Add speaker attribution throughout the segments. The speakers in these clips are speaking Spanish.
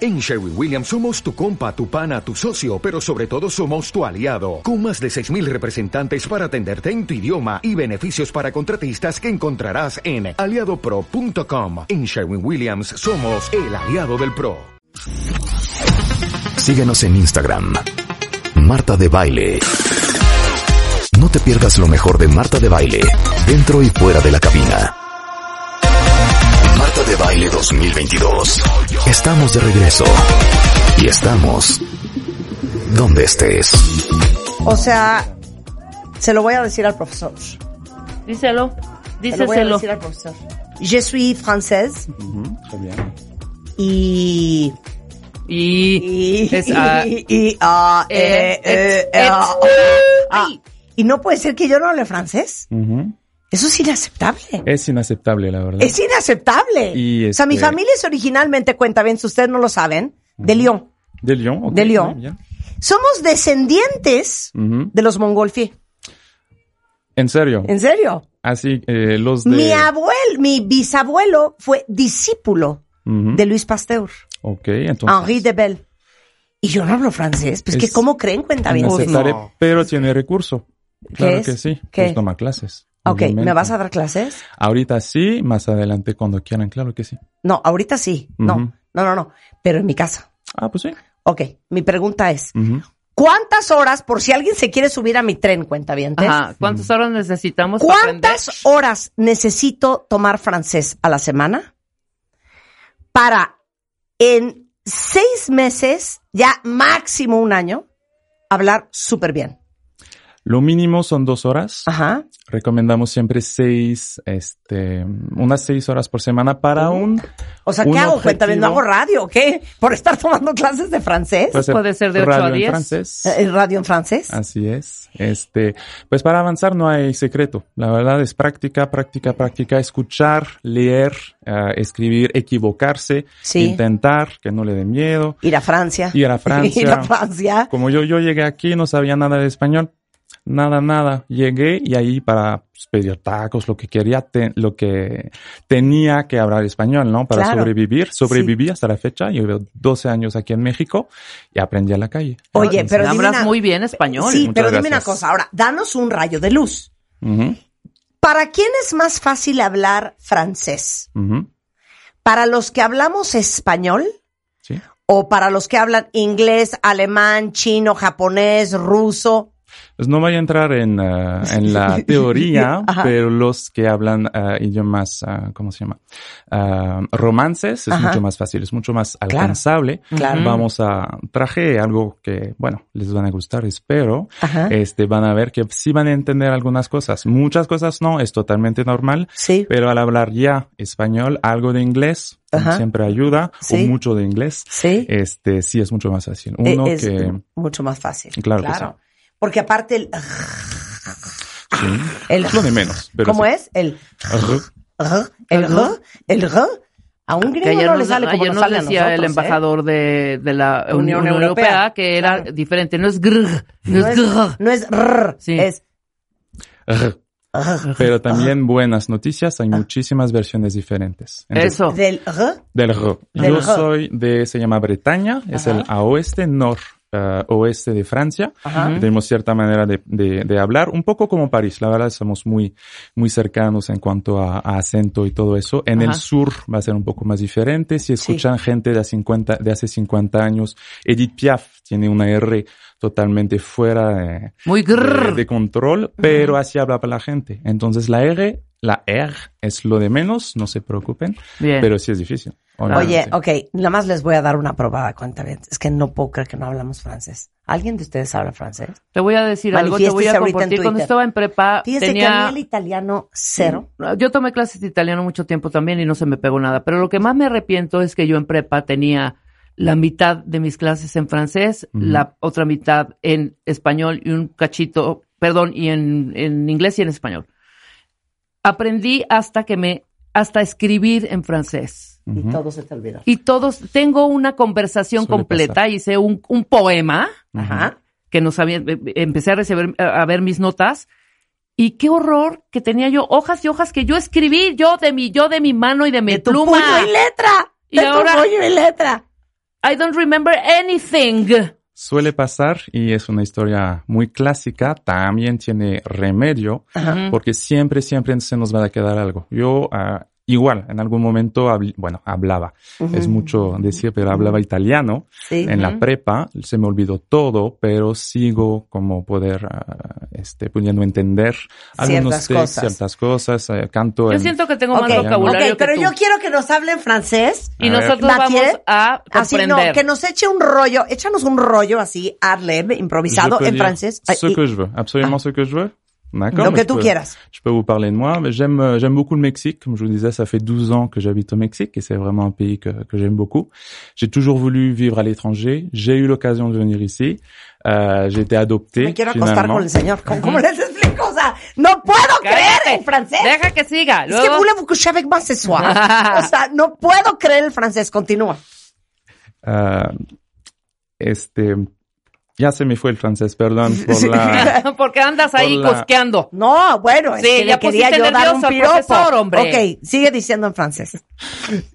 Speaker 1: En Sherwin Williams somos tu compa, tu pana, tu socio, pero sobre todo somos tu aliado, con más de 6.000 representantes para atenderte en tu idioma y beneficios para contratistas que encontrarás en aliadopro.com. En Sherwin Williams somos el aliado del PRO.
Speaker 2: Síguenos en Instagram. Marta de Baile. No te pierdas lo mejor de Marta de Baile, dentro y fuera de la cabina. Marta de Baile 2022. Estamos de regreso. Y estamos donde estés.
Speaker 3: O sea, se lo voy a decir al profesor.
Speaker 4: Díselo.
Speaker 3: Se lo voy a
Speaker 4: Díseselo.
Speaker 3: decir al profesor. Je suis française y...
Speaker 4: Y,
Speaker 3: Y...
Speaker 4: es ah,
Speaker 3: y, y- ah, eh, eh,
Speaker 4: eh,
Speaker 3: eh,
Speaker 4: eh,
Speaker 3: ah,
Speaker 4: eh,
Speaker 3: ah.
Speaker 4: ay.
Speaker 3: Y no puede ser que yo no hable francés. Eso es inaceptable.
Speaker 5: Es inaceptable, la verdad.
Speaker 3: Es inaceptable.
Speaker 5: Eh, Y
Speaker 3: O sea, mi
Speaker 5: este-
Speaker 3: familia es originalmente, cuenta bien, si ustedes no lo saben, de Lyon.
Speaker 5: De Lyon. ok,
Speaker 3: De Lyon.
Speaker 5: ya.
Speaker 3: Somos descendientes
Speaker 5: Ujú.
Speaker 3: de los mongolfi.
Speaker 5: En serio.
Speaker 3: ¿En serio?
Speaker 5: Así, eh, los de...
Speaker 3: Mi abuelo, mi bisabuelo fue discípulo
Speaker 5: Ujú.
Speaker 3: de Luis Pasteur,
Speaker 5: Ok, entonces...
Speaker 3: Henri de Bell. Y yo no hablo francés. Pues
Speaker 5: Es
Speaker 3: que, ¿cómo creen, cuenta bien?
Speaker 5: inaceptable, pero tiene recurso. Claro
Speaker 3: es?
Speaker 5: que sí.
Speaker 3: ¿Qué?
Speaker 5: Pues toma clases.
Speaker 3: Ok, ¿me
Speaker 5: obviamente.
Speaker 3: vas a dar clases?
Speaker 5: Ahorita sí, más adelante cuando quieran, claro que sí.
Speaker 3: No, ahorita sí. No,
Speaker 5: Ujú.
Speaker 3: no, no, no. Pero en mi casa.
Speaker 5: Ah, pues sí.
Speaker 3: Ok, mi pregunta es,
Speaker 5: Ujú.
Speaker 3: ¿cuántas horas, por si alguien se quiere subir a mi tren, cuenta bien,
Speaker 4: Ajá. ¿Cuántas horas necesitamos para
Speaker 3: ¿cuántas horas necesito tomar francés a la semana para en seis meses, ya máximo un año, hablar súper bien?
Speaker 5: Lo mínimo son dos horas.
Speaker 3: Ajá.
Speaker 5: Recomendamos siempre seis, este, unas seis horas por semana para
Speaker 3: Mm,
Speaker 5: un...
Speaker 3: O sea, ¿qué
Speaker 5: Un
Speaker 3: hago?
Speaker 5: objetivo.
Speaker 3: Cuenta bien, ¿no hago radio o qué? ¿Por estar tomando clases de francés?
Speaker 5: pues,
Speaker 4: puede ser de ocho a
Speaker 5: radio en
Speaker 4: diez.
Speaker 5: francés.
Speaker 3: Eh, ¿Radio en francés?
Speaker 5: Así es. Este, pues para avanzar no hay secreto. La verdad es práctica, práctica, práctica, escuchar, leer, eh, escribir, equivocarse,
Speaker 3: Sí.
Speaker 5: intentar, que no le den miedo.
Speaker 3: Ir a Francia.
Speaker 5: Ir a Francia.
Speaker 3: Ir a Francia.
Speaker 5: Como yo, yo llegué aquí, no sabía nada de español. Nada, nada. Llegué y ahí para pues, pedir tacos, lo que quería, te- lo que tenía que hablar español, ¿no? Para
Speaker 3: Claro.
Speaker 5: sobrevivir. Sobreviví hasta la fecha. Llevo 12 años aquí en México y aprendí a la calle.
Speaker 4: Ah,
Speaker 3: Oye,
Speaker 5: Entonces,
Speaker 3: pero dime
Speaker 4: Hablas
Speaker 3: una-
Speaker 4: muy bien español.
Speaker 3: Sí,
Speaker 5: muchas
Speaker 3: pero dime una
Speaker 5: gracias.
Speaker 3: cosa. Ahora, danos un rayo de luz.
Speaker 5: ujú,
Speaker 3: ¿Para quién es más fácil hablar francés?
Speaker 5: ujú,
Speaker 3: ¿Para los que hablamos español
Speaker 5: sí.
Speaker 3: o para los que hablan inglés, alemán, chino, japonés, ruso?
Speaker 5: Pues no voy a entrar en, eh, en la teoría,
Speaker 3: Ajá.
Speaker 5: pero los que hablan eh, idiomas, ah, ¿cómo se llama? Ah, romances, es
Speaker 3: Ajá.
Speaker 5: mucho más fácil, es mucho más alcanzable.
Speaker 3: Claro.
Speaker 5: Vamos a, traje algo que, bueno, les van a gustar, espero.
Speaker 3: Ajá.
Speaker 5: Este, van a ver que sí van a entender algunas cosas. Muchas cosas no, es totalmente normal.
Speaker 3: Sí.
Speaker 5: Pero al hablar ya español, algo de inglés, como
Speaker 3: Ajá.
Speaker 5: siempre ayuda,
Speaker 3: Sí.
Speaker 5: o mucho de inglés,
Speaker 3: Sí.
Speaker 5: este, sí es mucho más fácil.
Speaker 3: Eh,
Speaker 5: Uno
Speaker 3: es
Speaker 5: que,
Speaker 3: mucho más fácil.
Speaker 5: Claro que
Speaker 3: Porque aparte el...
Speaker 5: sí,
Speaker 3: el-
Speaker 5: es lo de menos. Pero
Speaker 3: ¿Cómo
Speaker 5: sí.
Speaker 3: es? El...
Speaker 5: Ajá.
Speaker 3: r, El... r, El... r. A un
Speaker 4: Ah, Que
Speaker 3: gringo
Speaker 4: ayer
Speaker 3: no
Speaker 4: nos,
Speaker 3: le sale como nos
Speaker 4: ayer nos
Speaker 3: sale a
Speaker 4: decía
Speaker 3: nosotros,
Speaker 4: el
Speaker 3: ¿eh?
Speaker 4: embajador de, de la Unión,
Speaker 3: Unión
Speaker 4: Europea,
Speaker 3: Europea,
Speaker 4: que era
Speaker 3: claro.
Speaker 4: diferente. No es grr, no,
Speaker 3: No
Speaker 4: es
Speaker 3: es,
Speaker 4: grr.
Speaker 3: no es r,
Speaker 4: Sí.
Speaker 3: es
Speaker 5: Ajá. Pero también buenas noticias, hay muchísimas versiones diferentes. Entonces,
Speaker 4: Eso.
Speaker 3: del r.
Speaker 5: Del R.
Speaker 3: Del
Speaker 5: Yo
Speaker 3: R.
Speaker 5: soy de, se llama Bretaña, es
Speaker 3: Ajá.
Speaker 5: el a oeste, nor, eh, oeste de Francia. Tenemos cierta manera de, de- de hablar, un poco como París, la verdad somos muy, muy cercanos en cuanto a, a acento y todo eso. En
Speaker 4: Ajá.
Speaker 5: el sur va a ser un poco más diferente. Si escuchan gente de, a 50, de hace 50 años, Edith Piaf tiene una R totalmente fuera eh,
Speaker 4: Muy
Speaker 5: de,
Speaker 4: grr.
Speaker 5: de control, pero así habla para la gente. Entonces la R, la R es lo de menos, no se preocupen,
Speaker 4: Bien.
Speaker 5: pero sí es difícil.
Speaker 3: Oye,
Speaker 5: obviamente.
Speaker 3: ok, nada más les voy a dar una probada, cuenta bien. Es que no puedo creer que no hablamos francés. ¿Alguien de ustedes habla francés?
Speaker 4: Te voy a decir algo, te voy
Speaker 3: Manifiéstese
Speaker 4: a
Speaker 3: ahorita en
Speaker 4: compartir. Cuando
Speaker 3: Twitter.
Speaker 4: estaba en prepa,
Speaker 3: Fíjense que a
Speaker 4: Ah, tenía...
Speaker 3: mí el italiano, cero.
Speaker 4: Ah, Yo tomé clases de italiano mucho tiempo también y no se me pegó nada, pero lo que más me arrepiento es que yo en prepa tenía la mitad de mis clases en francés,
Speaker 5: Ujú.
Speaker 4: la otra mitad en español y un cachito, perdón, y en, en inglés y en español. Aprendí hasta que me, hasta escribir en francés.
Speaker 3: Y
Speaker 5: Ujú.
Speaker 3: todo se te olvidó.
Speaker 4: Y todos, tengo una conversación
Speaker 5: Suele
Speaker 4: completa,
Speaker 5: pasar.
Speaker 4: hice un, un poema
Speaker 3: Ajá.
Speaker 4: que no sabía, eh, eh, empecé a recibir, a a ver mis notas. Y qué horror que tenía yo hojas y hojas que yo escribí yo de mi, yo de mi mano y de mi
Speaker 3: De tu
Speaker 4: pluma.
Speaker 3: puño y letra.
Speaker 4: Y
Speaker 3: de
Speaker 4: ahora-
Speaker 3: tu puño y letra.
Speaker 4: I don't remember anything.
Speaker 5: Suele pasar y es una historia muy clásica, también tiene remedio, porque siempre, siempre se nos va a quedar algo. Yo ah, igual, en algún momento, habl- bueno, hablaba, es mucho decir, pero hablaba italiano
Speaker 3: Sí.
Speaker 5: en la
Speaker 4: Ujú.
Speaker 5: prepa, se me olvidó todo, pero sigo como poder, ah, este, pudiendo entender algunos
Speaker 3: Ciertas
Speaker 5: textos,
Speaker 3: cosas.
Speaker 5: ciertas cosas, eh, canto
Speaker 4: Yo
Speaker 5: en-
Speaker 4: siento que tengo
Speaker 3: Ok,
Speaker 4: más vocabulario
Speaker 3: ok, pero
Speaker 4: que tú.
Speaker 3: yo quiero que nos hable en francés.
Speaker 4: Y
Speaker 5: A ver.
Speaker 4: nosotros
Speaker 3: ¿La
Speaker 4: vamos
Speaker 3: quieres?
Speaker 4: a
Speaker 3: Así no,
Speaker 4: comprender.
Speaker 3: que nos eche un rollo, échanos un rollo así, ad lib, improvisado,
Speaker 5: Je peux
Speaker 3: en
Speaker 5: dire
Speaker 3: francés. Ay,
Speaker 5: Ce
Speaker 3: y- Ah.
Speaker 5: que je veux, absolument ce que je veux. D'accord.
Speaker 3: Donc,
Speaker 5: mais je
Speaker 3: tout
Speaker 5: peux-
Speaker 3: quieras.
Speaker 5: Je peux vous parler de moi, mais j'aime euh, j'aime beaucoup le Mexique. Comme je vous disais, ça fait 12 ans que j'habite au Mexique et c'est vraiment un pays que, que j'aime beaucoup. J'ai toujours voulu vivre à l'étranger. J'ai eu l'occasion de venir ici. Euh, j'ai été adopté.
Speaker 3: me quiero acostar
Speaker 5: finalement.
Speaker 3: con el señor. ¿Cómo, cómo les explico? O sea, no puedo
Speaker 4: Cállate.
Speaker 3: creer en francés.
Speaker 4: Deja que siga.
Speaker 3: Es que
Speaker 4: Luego,
Speaker 3: voulez vous coucher avec moi ce soir? O sea, no puedo creer el francés. Continúa.
Speaker 5: Euh, este, ya se me fue el francés, perdón por la.
Speaker 4: porque andas ahí
Speaker 5: Por la-
Speaker 4: cosqueando.
Speaker 3: No, bueno, es
Speaker 4: Sí,
Speaker 3: que le
Speaker 4: ya
Speaker 3: quería
Speaker 4: pusiste
Speaker 3: yo dar un
Speaker 4: nervioso al
Speaker 3: piropo.
Speaker 4: profesor, hombre.
Speaker 3: Ok, sigue diciendo en francés.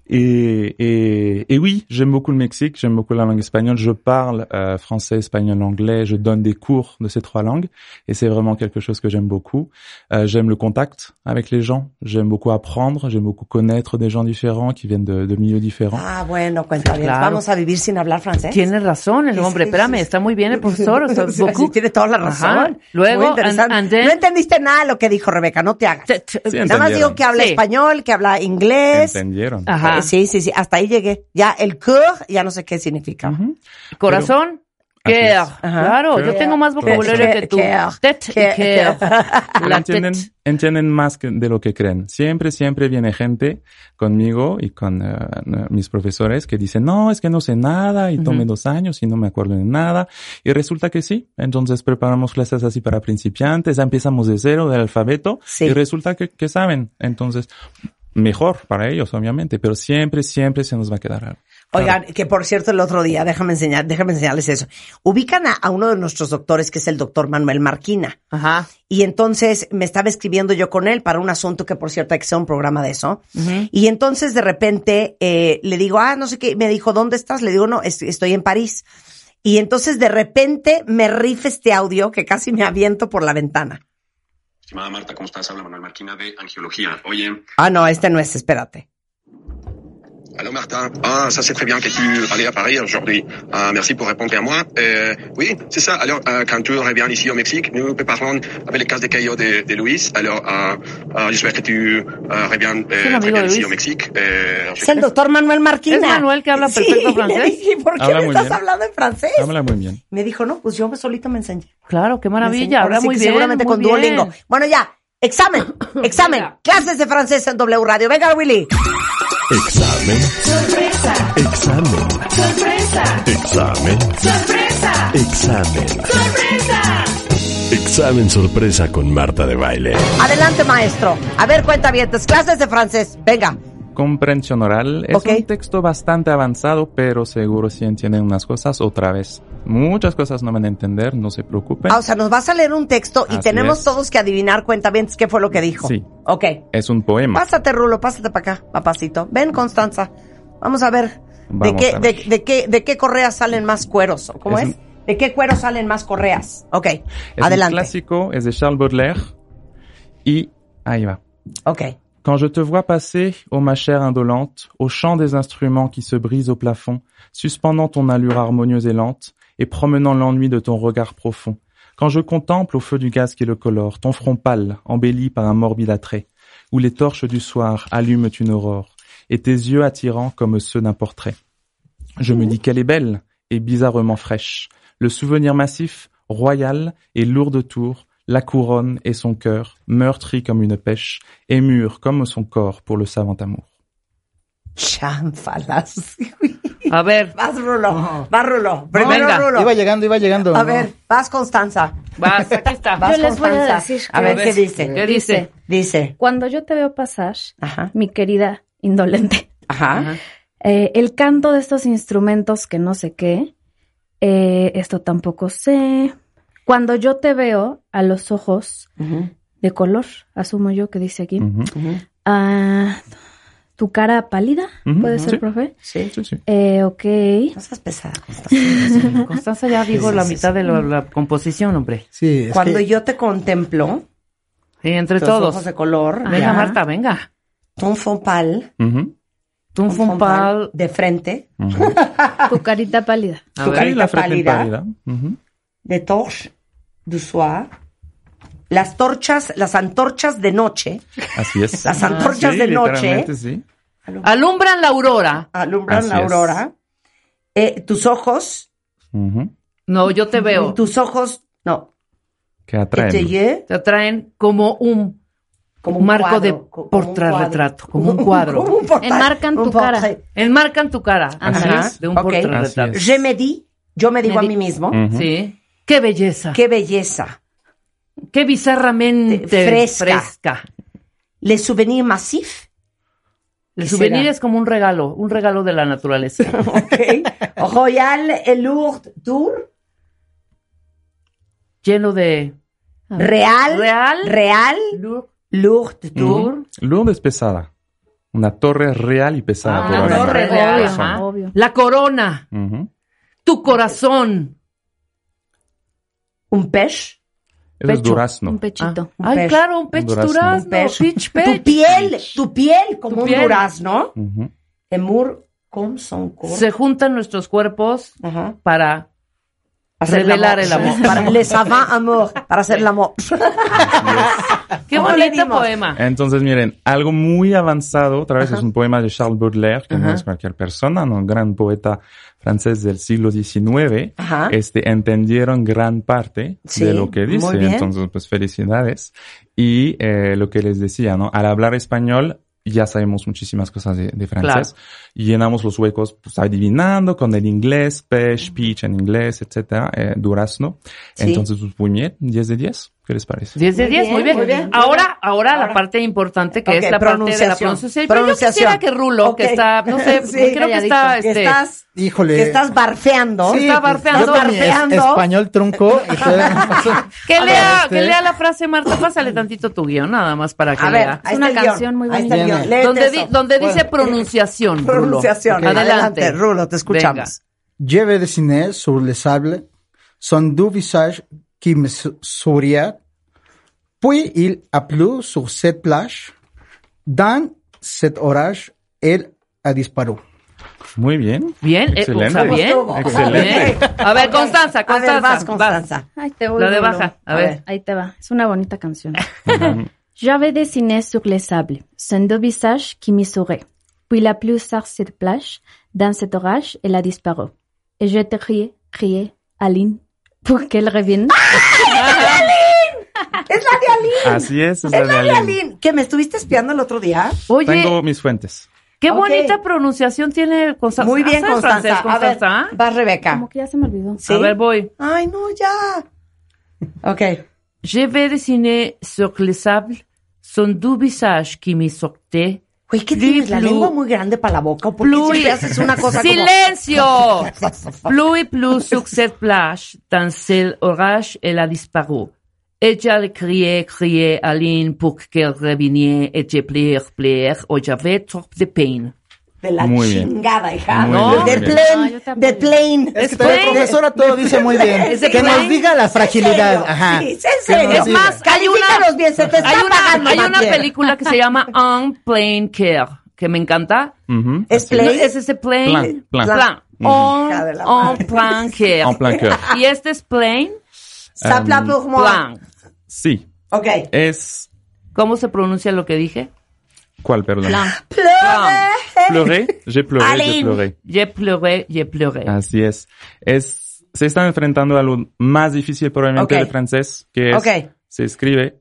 Speaker 5: Et, et, et oui, j'aime beaucoup le Mexique, j'aime beaucoup la langue espagnole. Je parle euh, français, espagnol, anglais. Je donne des cours de ces trois langues et c'est vraiment quelque chose que j'aime beaucoup. Euh, j'aime le contact avec les gens. J'aime beaucoup apprendre. J'aime beaucoup connaître des gens différents qui viennent de, de milieux différents.
Speaker 3: Ah, bueno, cuenta bien.
Speaker 4: Claro.
Speaker 3: Vamos a vivir sin hablar francés.
Speaker 4: Tienes razón, el hombre.
Speaker 3: Sí, sí,
Speaker 4: Espérame,
Speaker 3: sí.
Speaker 4: está muy bien el profesor. o sea,
Speaker 3: Sí,
Speaker 4: Goku.
Speaker 3: sí, tiene toda la razón.
Speaker 4: Ajá. Luego,
Speaker 3: Muy interesante.
Speaker 4: and- and then-
Speaker 3: no entendiste nada de lo que dijo Rebeca, no te hagas.
Speaker 4: Te- te-
Speaker 5: Sí,
Speaker 3: Nada más
Speaker 5: entendieron.
Speaker 3: digo que habla
Speaker 4: Sí.
Speaker 3: español, que habla inglés.
Speaker 5: Entendieron.
Speaker 4: Ajá.
Speaker 3: Eh, Sí, sí, sí. Hasta ahí llegué. Ya el cœur, ya no sé qué significa.
Speaker 5: Mhm.
Speaker 4: Corazón.
Speaker 5: Así
Speaker 4: care.
Speaker 5: es.
Speaker 4: Ajá. Claro,
Speaker 5: Care.
Speaker 4: yo tengo más
Speaker 5: Care.
Speaker 4: vocabulario que tú.
Speaker 3: Care.
Speaker 4: Tet y
Speaker 3: Care.
Speaker 4: care.
Speaker 5: Pero
Speaker 4: La
Speaker 5: entienden,
Speaker 4: tet.
Speaker 5: entienden más que- de lo que creen. Siempre, siempre viene gente conmigo y con eh, n- mis profesores que dicen, no, es que no sé nada y tomé dos años y no me acuerdo de nada. Y resulta que sí. Entonces preparamos clases así para principiantes, empezamos de cero, del alfabeto,
Speaker 3: Sí.
Speaker 5: y resulta que, que saben. Entonces, mejor para ellos, obviamente, pero siempre, siempre se nos va a quedar algo.
Speaker 3: Oigan, que por cierto, el otro día, déjame enseñar, déjame enseñarles eso. Ubican a, a uno de nuestros doctores, que es el doctor Manuel Marquina.
Speaker 4: Ajá.
Speaker 3: Y entonces me estaba escribiendo yo con él para un asunto que, por cierto, hay que hacer un programa de eso. Y entonces de repente eh, le digo, ah, no sé qué, me dijo, ¿dónde estás? Le digo, no, es- estoy en París. Y entonces de repente me rife este audio que casi me aviento por la ventana.
Speaker 6: Estimada Marta, ¿cómo estás? Habla Manuel Marquina de Angiología. Oye,
Speaker 3: Ah, no, este no es, espérate.
Speaker 6: allô Marta. Ah, ça c'est très bien que tu allais à Paris aujourd'hui. Ah, merci pour répondre à moi. Euh, oui, c'est ça. Alors, euh, quand tu reviens ici au Mexique, nous préparons avec les cases de caillots de, de Luis. Alors, euh, euh, j'espère que tu euh, reviens euh,
Speaker 4: C'est l'amigo
Speaker 6: très bien
Speaker 4: de
Speaker 6: ici
Speaker 4: Luis.
Speaker 6: au Mexique. Euh,
Speaker 3: Es el doctor Manuel Marquina.
Speaker 4: ¿Es Manuel que habla
Speaker 3: Sí,
Speaker 4: perfecto
Speaker 3: le
Speaker 4: francés?
Speaker 3: dije, ¿por qué
Speaker 5: Habla
Speaker 3: me
Speaker 5: muy
Speaker 3: estás
Speaker 5: bien.
Speaker 3: hablando en francés?
Speaker 5: Habla muy bien.
Speaker 3: Me dijo, no, pues yo me solito me enseñé.
Speaker 4: Claro, qué
Speaker 3: Me
Speaker 4: maravilla.
Speaker 3: enseñó. Ahora
Speaker 4: Habla
Speaker 3: sí
Speaker 4: muy
Speaker 3: que
Speaker 4: bien.
Speaker 3: Seguramente
Speaker 4: muy
Speaker 3: con Duolingo.
Speaker 4: bien.
Speaker 3: Bueno, ya, examen, examen,
Speaker 4: Venga.
Speaker 3: clases de francés en W Radio. Venga, Willy.
Speaker 2: Examen. Sorpresa. Examen. Sorpresa. Examen. Sorpresa. Examen. Sorpresa. Examen sorpresa con Marta de Baile.
Speaker 3: Adelante, maestro. A ver, cuenta clases de francés. Venga.
Speaker 5: Comprensión oral es
Speaker 3: Ok.
Speaker 5: un texto bastante avanzado, pero seguro si entienden unas cosas otra vez. Muchas cosas no van a entender, no se preocupen.
Speaker 3: Ah, o sea, nos vas a leer un texto y
Speaker 5: Así
Speaker 3: tenemos
Speaker 5: es. Mm,
Speaker 3: todos que adivinar, cuenta qué fue lo que dijo.
Speaker 5: Sí. Mm.
Speaker 3: Ok.
Speaker 5: Es un poema.
Speaker 3: Pásate, Rulo, pásate para acá, papacito. Ven, Constanza. Vamos a ver. ¿De
Speaker 5: Vamos
Speaker 3: qué,
Speaker 5: a
Speaker 3: de,
Speaker 5: ver.
Speaker 3: de qué, de qué correas salen más cueros? ¿O ¿Cómo es?
Speaker 5: Es
Speaker 3: ¿De qué cueros salen más correas? Ok,
Speaker 5: Es un
Speaker 3: adelante.
Speaker 5: clásico, es de Charles Baudelaire. Y ahí va.
Speaker 3: Ok.
Speaker 5: Quand je te vois passer, ô ma chère indolente, au chant des instruments qui se brisent au plafond, suspendant ton allure harmonieuse et lente, et promenant l'ennui de ton regard profond. Quand je contemple au feu du gaz qui le colore, ton front pâle, embelli par un morbide attrait, où les torches du soir allument une aurore, et tes yeux attirants comme ceux d'un portrait. Je me dis qu'elle est belle, et bizarrement fraîche. Le souvenir massif, royal et lourd de tours, la couronne et son cœur, meurtri comme une pêche, et mûr comme son corps pour le savant amour.
Speaker 3: Chanfalas.
Speaker 4: A ver,
Speaker 3: Vas, Rulo. Vas, Rulo. Primero,
Speaker 4: venga.
Speaker 3: Rulo.
Speaker 7: Iba llegando, iba llegando.
Speaker 3: A
Speaker 7: ¿no? Ah.
Speaker 3: ver, vas, Constanza.
Speaker 4: vas, aquí está.
Speaker 3: Vas,
Speaker 8: les voy a
Speaker 3: Constanza.
Speaker 8: decir
Speaker 3: A
Speaker 8: que-
Speaker 3: ver, ¿qué dice?
Speaker 4: ¿Qué dice?
Speaker 3: Dice.
Speaker 8: Cuando yo te veo pasar,
Speaker 3: Ajá.
Speaker 8: mi querida indolente,
Speaker 3: Ajá.
Speaker 4: Ajá.
Speaker 8: eh, el canto de estos instrumentos que no sé qué, eh, esto tampoco sé. Cuando yo te veo a los
Speaker 5: Mm-hmm.
Speaker 8: ojos de color, asumo yo que dice aquí,
Speaker 5: Mhm.
Speaker 8: ah, tu cara pálida,
Speaker 5: Ujú,
Speaker 8: puede
Speaker 5: sí.
Speaker 8: ser, profe.
Speaker 3: Sí.
Speaker 5: Sí, sí.
Speaker 8: Eh, ok.
Speaker 3: No seas pesada, Constanza.
Speaker 4: Constanza ya dijo la
Speaker 3: Sí, sí,
Speaker 4: mitad de la, la composición, hombre.
Speaker 7: Sí, es
Speaker 3: Cuando
Speaker 7: que-
Speaker 3: yo te contemplo,
Speaker 4: Sí, entre
Speaker 3: tus
Speaker 4: todos.
Speaker 3: ojos de color,
Speaker 4: Venga,
Speaker 3: ya,
Speaker 4: Marta, venga.
Speaker 3: un fompal,
Speaker 5: Ujú.
Speaker 4: Tú un
Speaker 3: un fompal
Speaker 4: fompal.
Speaker 3: de frente,
Speaker 8: Tu carita pálida.
Speaker 4: A
Speaker 3: tu
Speaker 4: ver.
Speaker 5: Sí,
Speaker 3: carita
Speaker 5: Mm-hmm. la frente
Speaker 3: pálida,
Speaker 5: pálida. Ujú.
Speaker 3: de torche du soir, las torchas, las antorchas de noche,
Speaker 5: Así es.
Speaker 4: Ah,
Speaker 3: las antorchas
Speaker 5: Sí,
Speaker 3: de noche hein.
Speaker 5: literalmente, sí.
Speaker 4: Alumbran la aurora.
Speaker 3: alumbran
Speaker 5: Así
Speaker 3: la
Speaker 5: es.
Speaker 3: aurora, Eh, tus ojos,
Speaker 5: Ujú.
Speaker 4: No, yo te veo.
Speaker 3: tus ojos, no,
Speaker 5: Que
Speaker 3: et
Speaker 5: atraen.
Speaker 3: te ye,
Speaker 4: Te atraen como un
Speaker 3: como
Speaker 4: Un marco de
Speaker 3: cuadro, co- como un
Speaker 4: portarretrato,
Speaker 3: cuadro.
Speaker 4: como un cuadro.
Speaker 3: Como un porta-
Speaker 8: Enmarcan
Speaker 3: un
Speaker 8: tu cara.
Speaker 3: porta-
Speaker 4: Enmarcan tu cara
Speaker 3: Así
Speaker 4: Ajá.
Speaker 5: es.
Speaker 4: de un
Speaker 3: Ok.
Speaker 4: portarretrato.
Speaker 5: Así
Speaker 3: Je me di, yo me digo
Speaker 4: Me
Speaker 3: a
Speaker 4: di-
Speaker 3: mí mismo,
Speaker 5: Ujú.
Speaker 4: Sí. Qué belleza. Qué,
Speaker 3: qué belleza.
Speaker 4: bizarramente
Speaker 3: Te- fresca.
Speaker 4: fresca.
Speaker 3: Le souvenir massif,
Speaker 4: El
Speaker 3: ¿Qué
Speaker 4: souvenir
Speaker 3: será?
Speaker 4: es como un regalo, un regalo de la naturaleza.
Speaker 3: ok. Royal et Lourdes Tour,
Speaker 4: lleno de
Speaker 8: A ver.
Speaker 3: Real,
Speaker 4: real,
Speaker 3: Real
Speaker 4: look,
Speaker 5: Mm-hmm.
Speaker 3: Lourdes Tour,
Speaker 5: Ujú. Lourdes pesada. Una torre real y pesada.
Speaker 4: Ah,
Speaker 5: por
Speaker 4: una
Speaker 5: ahora. Mm-hmm.
Speaker 4: torre
Speaker 8: Obvio,
Speaker 4: real,
Speaker 5: Razón.
Speaker 4: ajá.
Speaker 8: obvio.
Speaker 4: la corona,
Speaker 5: Ujú.
Speaker 4: tu corazón.
Speaker 3: un pech,
Speaker 5: Eso es
Speaker 4: Pecho.
Speaker 5: durazno.
Speaker 8: Un pechito.
Speaker 4: Ah, Ay,
Speaker 3: pech.
Speaker 4: claro, un pech
Speaker 5: Un durazno.
Speaker 4: durazno,
Speaker 3: Un pech.
Speaker 4: pitch
Speaker 3: tu
Speaker 4: pech.
Speaker 3: piel, tu piel como
Speaker 4: Tu
Speaker 3: un
Speaker 4: piel.
Speaker 3: durazno,
Speaker 5: Ujú.
Speaker 3: Emur con son cor.
Speaker 4: Se juntan nuestros cuerpos
Speaker 3: Ajá.
Speaker 4: para
Speaker 3: Hacer
Speaker 4: Revelar el amor.
Speaker 3: Para, les savants amour, para hacer el amor.
Speaker 4: Qué
Speaker 3: ¿Cómo le
Speaker 4: bonito
Speaker 3: dimos?
Speaker 4: poema.
Speaker 5: Entonces, miren, algo muy avanzado, otra vez es un poema de Charles Baudelaire, que no
Speaker 4: Ajá.
Speaker 5: es cualquier persona, ¿no? un gran poeta francés del siglo XIX.
Speaker 3: Ajá.
Speaker 5: Este, entendieron gran parte
Speaker 3: Sí,
Speaker 5: de lo que
Speaker 3: muy
Speaker 5: dice,
Speaker 3: bien.
Speaker 5: entonces pues felicidades. Y eh, lo que les decía, ¿no? Al hablar español ya sabemos muchísimas cosas de, de francés. Llenamos los huecos pues, adivinando con el inglés, pech, peach en inglés, etcétera, eh, durazno.
Speaker 3: Sí.
Speaker 5: Entonces, pues, puñet, 10 de 10, ¿qué les parece?
Speaker 4: 10 de
Speaker 3: Muy
Speaker 4: 10,
Speaker 3: bien,
Speaker 4: muy bien.
Speaker 3: muy bien.
Speaker 4: Ahora, ahora, la parte importante que
Speaker 3: Ok,
Speaker 4: es la parte de la
Speaker 3: pronunciación.
Speaker 4: pronunciación. Pero yo quisiera
Speaker 3: Pronunciación.
Speaker 4: que Rulo,
Speaker 3: Ok.
Speaker 4: que está, no sé,
Speaker 3: Sí,
Speaker 4: creo que
Speaker 8: calladito,
Speaker 4: está,
Speaker 3: que
Speaker 4: este,
Speaker 3: estás,
Speaker 7: Híjole.
Speaker 3: que estás barfeando.
Speaker 7: Sí,
Speaker 4: está
Speaker 7: pues,
Speaker 4: barfeando,
Speaker 7: yo con mi es-
Speaker 3: barfeando.
Speaker 7: español trunco. y ustedes-
Speaker 4: que lea,
Speaker 7: este-
Speaker 4: que lea la frase, Marta, pásale tantito tu guión, nada más para que
Speaker 3: A ver,
Speaker 4: lea.
Speaker 3: ahí
Speaker 8: Es una
Speaker 3: está el
Speaker 8: canción
Speaker 3: guión,
Speaker 8: muy
Speaker 3: ahí
Speaker 8: bonita.
Speaker 3: está el guión.
Speaker 7: Bien.
Speaker 3: Léete
Speaker 4: Donde, di-
Speaker 3: eso.
Speaker 4: donde
Speaker 7: Bueno.
Speaker 4: dice pronunciación, Rulo.
Speaker 3: Pronunciación. Adelante.
Speaker 4: Adelante.
Speaker 3: Rulo, te escuchamos.
Speaker 4: Venga.
Speaker 7: Je vais dessiner sur le sable son doux visage qui me sou- souria. Puis il a plu sur cette plage. Dans cet orage, elle a disparu.
Speaker 5: Muy bien.
Speaker 4: Bien, eh, o sea,
Speaker 5: Excelente.
Speaker 4: bien.
Speaker 3: Estuvo.
Speaker 5: Excelente.
Speaker 4: Bien. A ver, Constanza,
Speaker 3: A
Speaker 4: Constanza.
Speaker 3: ver, vas,
Speaker 4: vas.
Speaker 3: Constanza.
Speaker 8: Ay, te voy.
Speaker 4: La de
Speaker 8: Lolo.
Speaker 4: baja, a ver.
Speaker 8: Ahí te va. Es una bonita canción.
Speaker 5: Ujú.
Speaker 8: J'avais dessiné sur le sable son deux visages qui m'y souraient. Puis la pluie sur cette plage, dans cet orage, elle a disparu. Et je te riais, riais, Aline, pour qu'elle revienne.
Speaker 3: Es la de Aline.
Speaker 5: Así es, es la de Aline.
Speaker 3: Aline, que me estuviste espiando el otro día.
Speaker 4: Oye,
Speaker 5: Tengo mis fuentes.
Speaker 4: qué
Speaker 3: Ok.
Speaker 4: bonita pronunciación tiene Constanza.
Speaker 3: Muy bien,
Speaker 4: ¿Sabes
Speaker 3: Constanza.
Speaker 4: francés, Constanza?
Speaker 3: A ver, vas, Rebeca.
Speaker 8: Como que ya se me olvidó.
Speaker 3: ¿Sí?
Speaker 4: A ver, voy.
Speaker 3: Ay, no, ya. Ok.
Speaker 4: Je vais dessiner sur le sable son doux visage qui me sortait.
Speaker 3: Güey, ¿qué
Speaker 4: Plu,
Speaker 3: tienes? ¿La
Speaker 4: plu.
Speaker 3: lengua muy grande para la boca? ¿O por qué
Speaker 4: Plui.
Speaker 3: siempre haces una cosa como-
Speaker 4: Silencio! Plus et plus sur cette plage, dans cet orage, elle a disparu. Et j'allais crier, crier Aline pour qu'elle revienne et je pleure, pleure, oh j'avais trop de peine.
Speaker 3: De la
Speaker 5: Muy bien.
Speaker 3: chingada, hija.
Speaker 5: Muy
Speaker 3: De
Speaker 4: No.
Speaker 5: bien, muy bien.
Speaker 8: No,
Speaker 3: plane.
Speaker 8: yo tampoco.
Speaker 3: de plane.
Speaker 7: Es que
Speaker 4: Explain.
Speaker 7: la profesora todo dice muy bien.
Speaker 4: Es de
Speaker 7: Que nos
Speaker 4: plain.
Speaker 7: diga la
Speaker 3: ¿En
Speaker 7: fragilidad.
Speaker 3: serio?
Speaker 7: Ajá.
Speaker 3: Sí, es en serio.
Speaker 7: Que nos
Speaker 4: Es
Speaker 7: diga.
Speaker 4: más, hay una-
Speaker 3: Califícanos bien, se te está
Speaker 4: Hay una,
Speaker 3: pagando,
Speaker 4: hay una
Speaker 3: Maciel.
Speaker 4: película que se llama Un Plain Care, que me encanta.
Speaker 5: Ujú.
Speaker 3: ¿Es
Speaker 4: No,
Speaker 3: plane?
Speaker 4: es ese plain.
Speaker 5: Plan, plan.
Speaker 4: Plan.
Speaker 5: Ujú.
Speaker 4: On,
Speaker 3: Hija de la
Speaker 4: on
Speaker 3: madre.
Speaker 4: plan
Speaker 3: Eh,
Speaker 4: care.
Speaker 5: En plein cœur.
Speaker 4: Y este es plain,
Speaker 3: Sapla
Speaker 5: Um,
Speaker 3: pour moi.
Speaker 4: plan.
Speaker 5: Sí,
Speaker 3: Ok.
Speaker 5: es...
Speaker 4: ¿Cómo se pronuncia lo que dije?
Speaker 5: ¿Cuál, perdón?
Speaker 3: Plane.
Speaker 5: Pleurer, j'ai pleuré, j'ai
Speaker 3: Aline.
Speaker 5: pleuré.
Speaker 4: Je pleuré, je pleuré.
Speaker 5: Así es. Es... Se están enfrentando a lo más difícil probablemente
Speaker 3: Ok.
Speaker 5: del francés, que es...
Speaker 3: Ok.
Speaker 5: Se escribe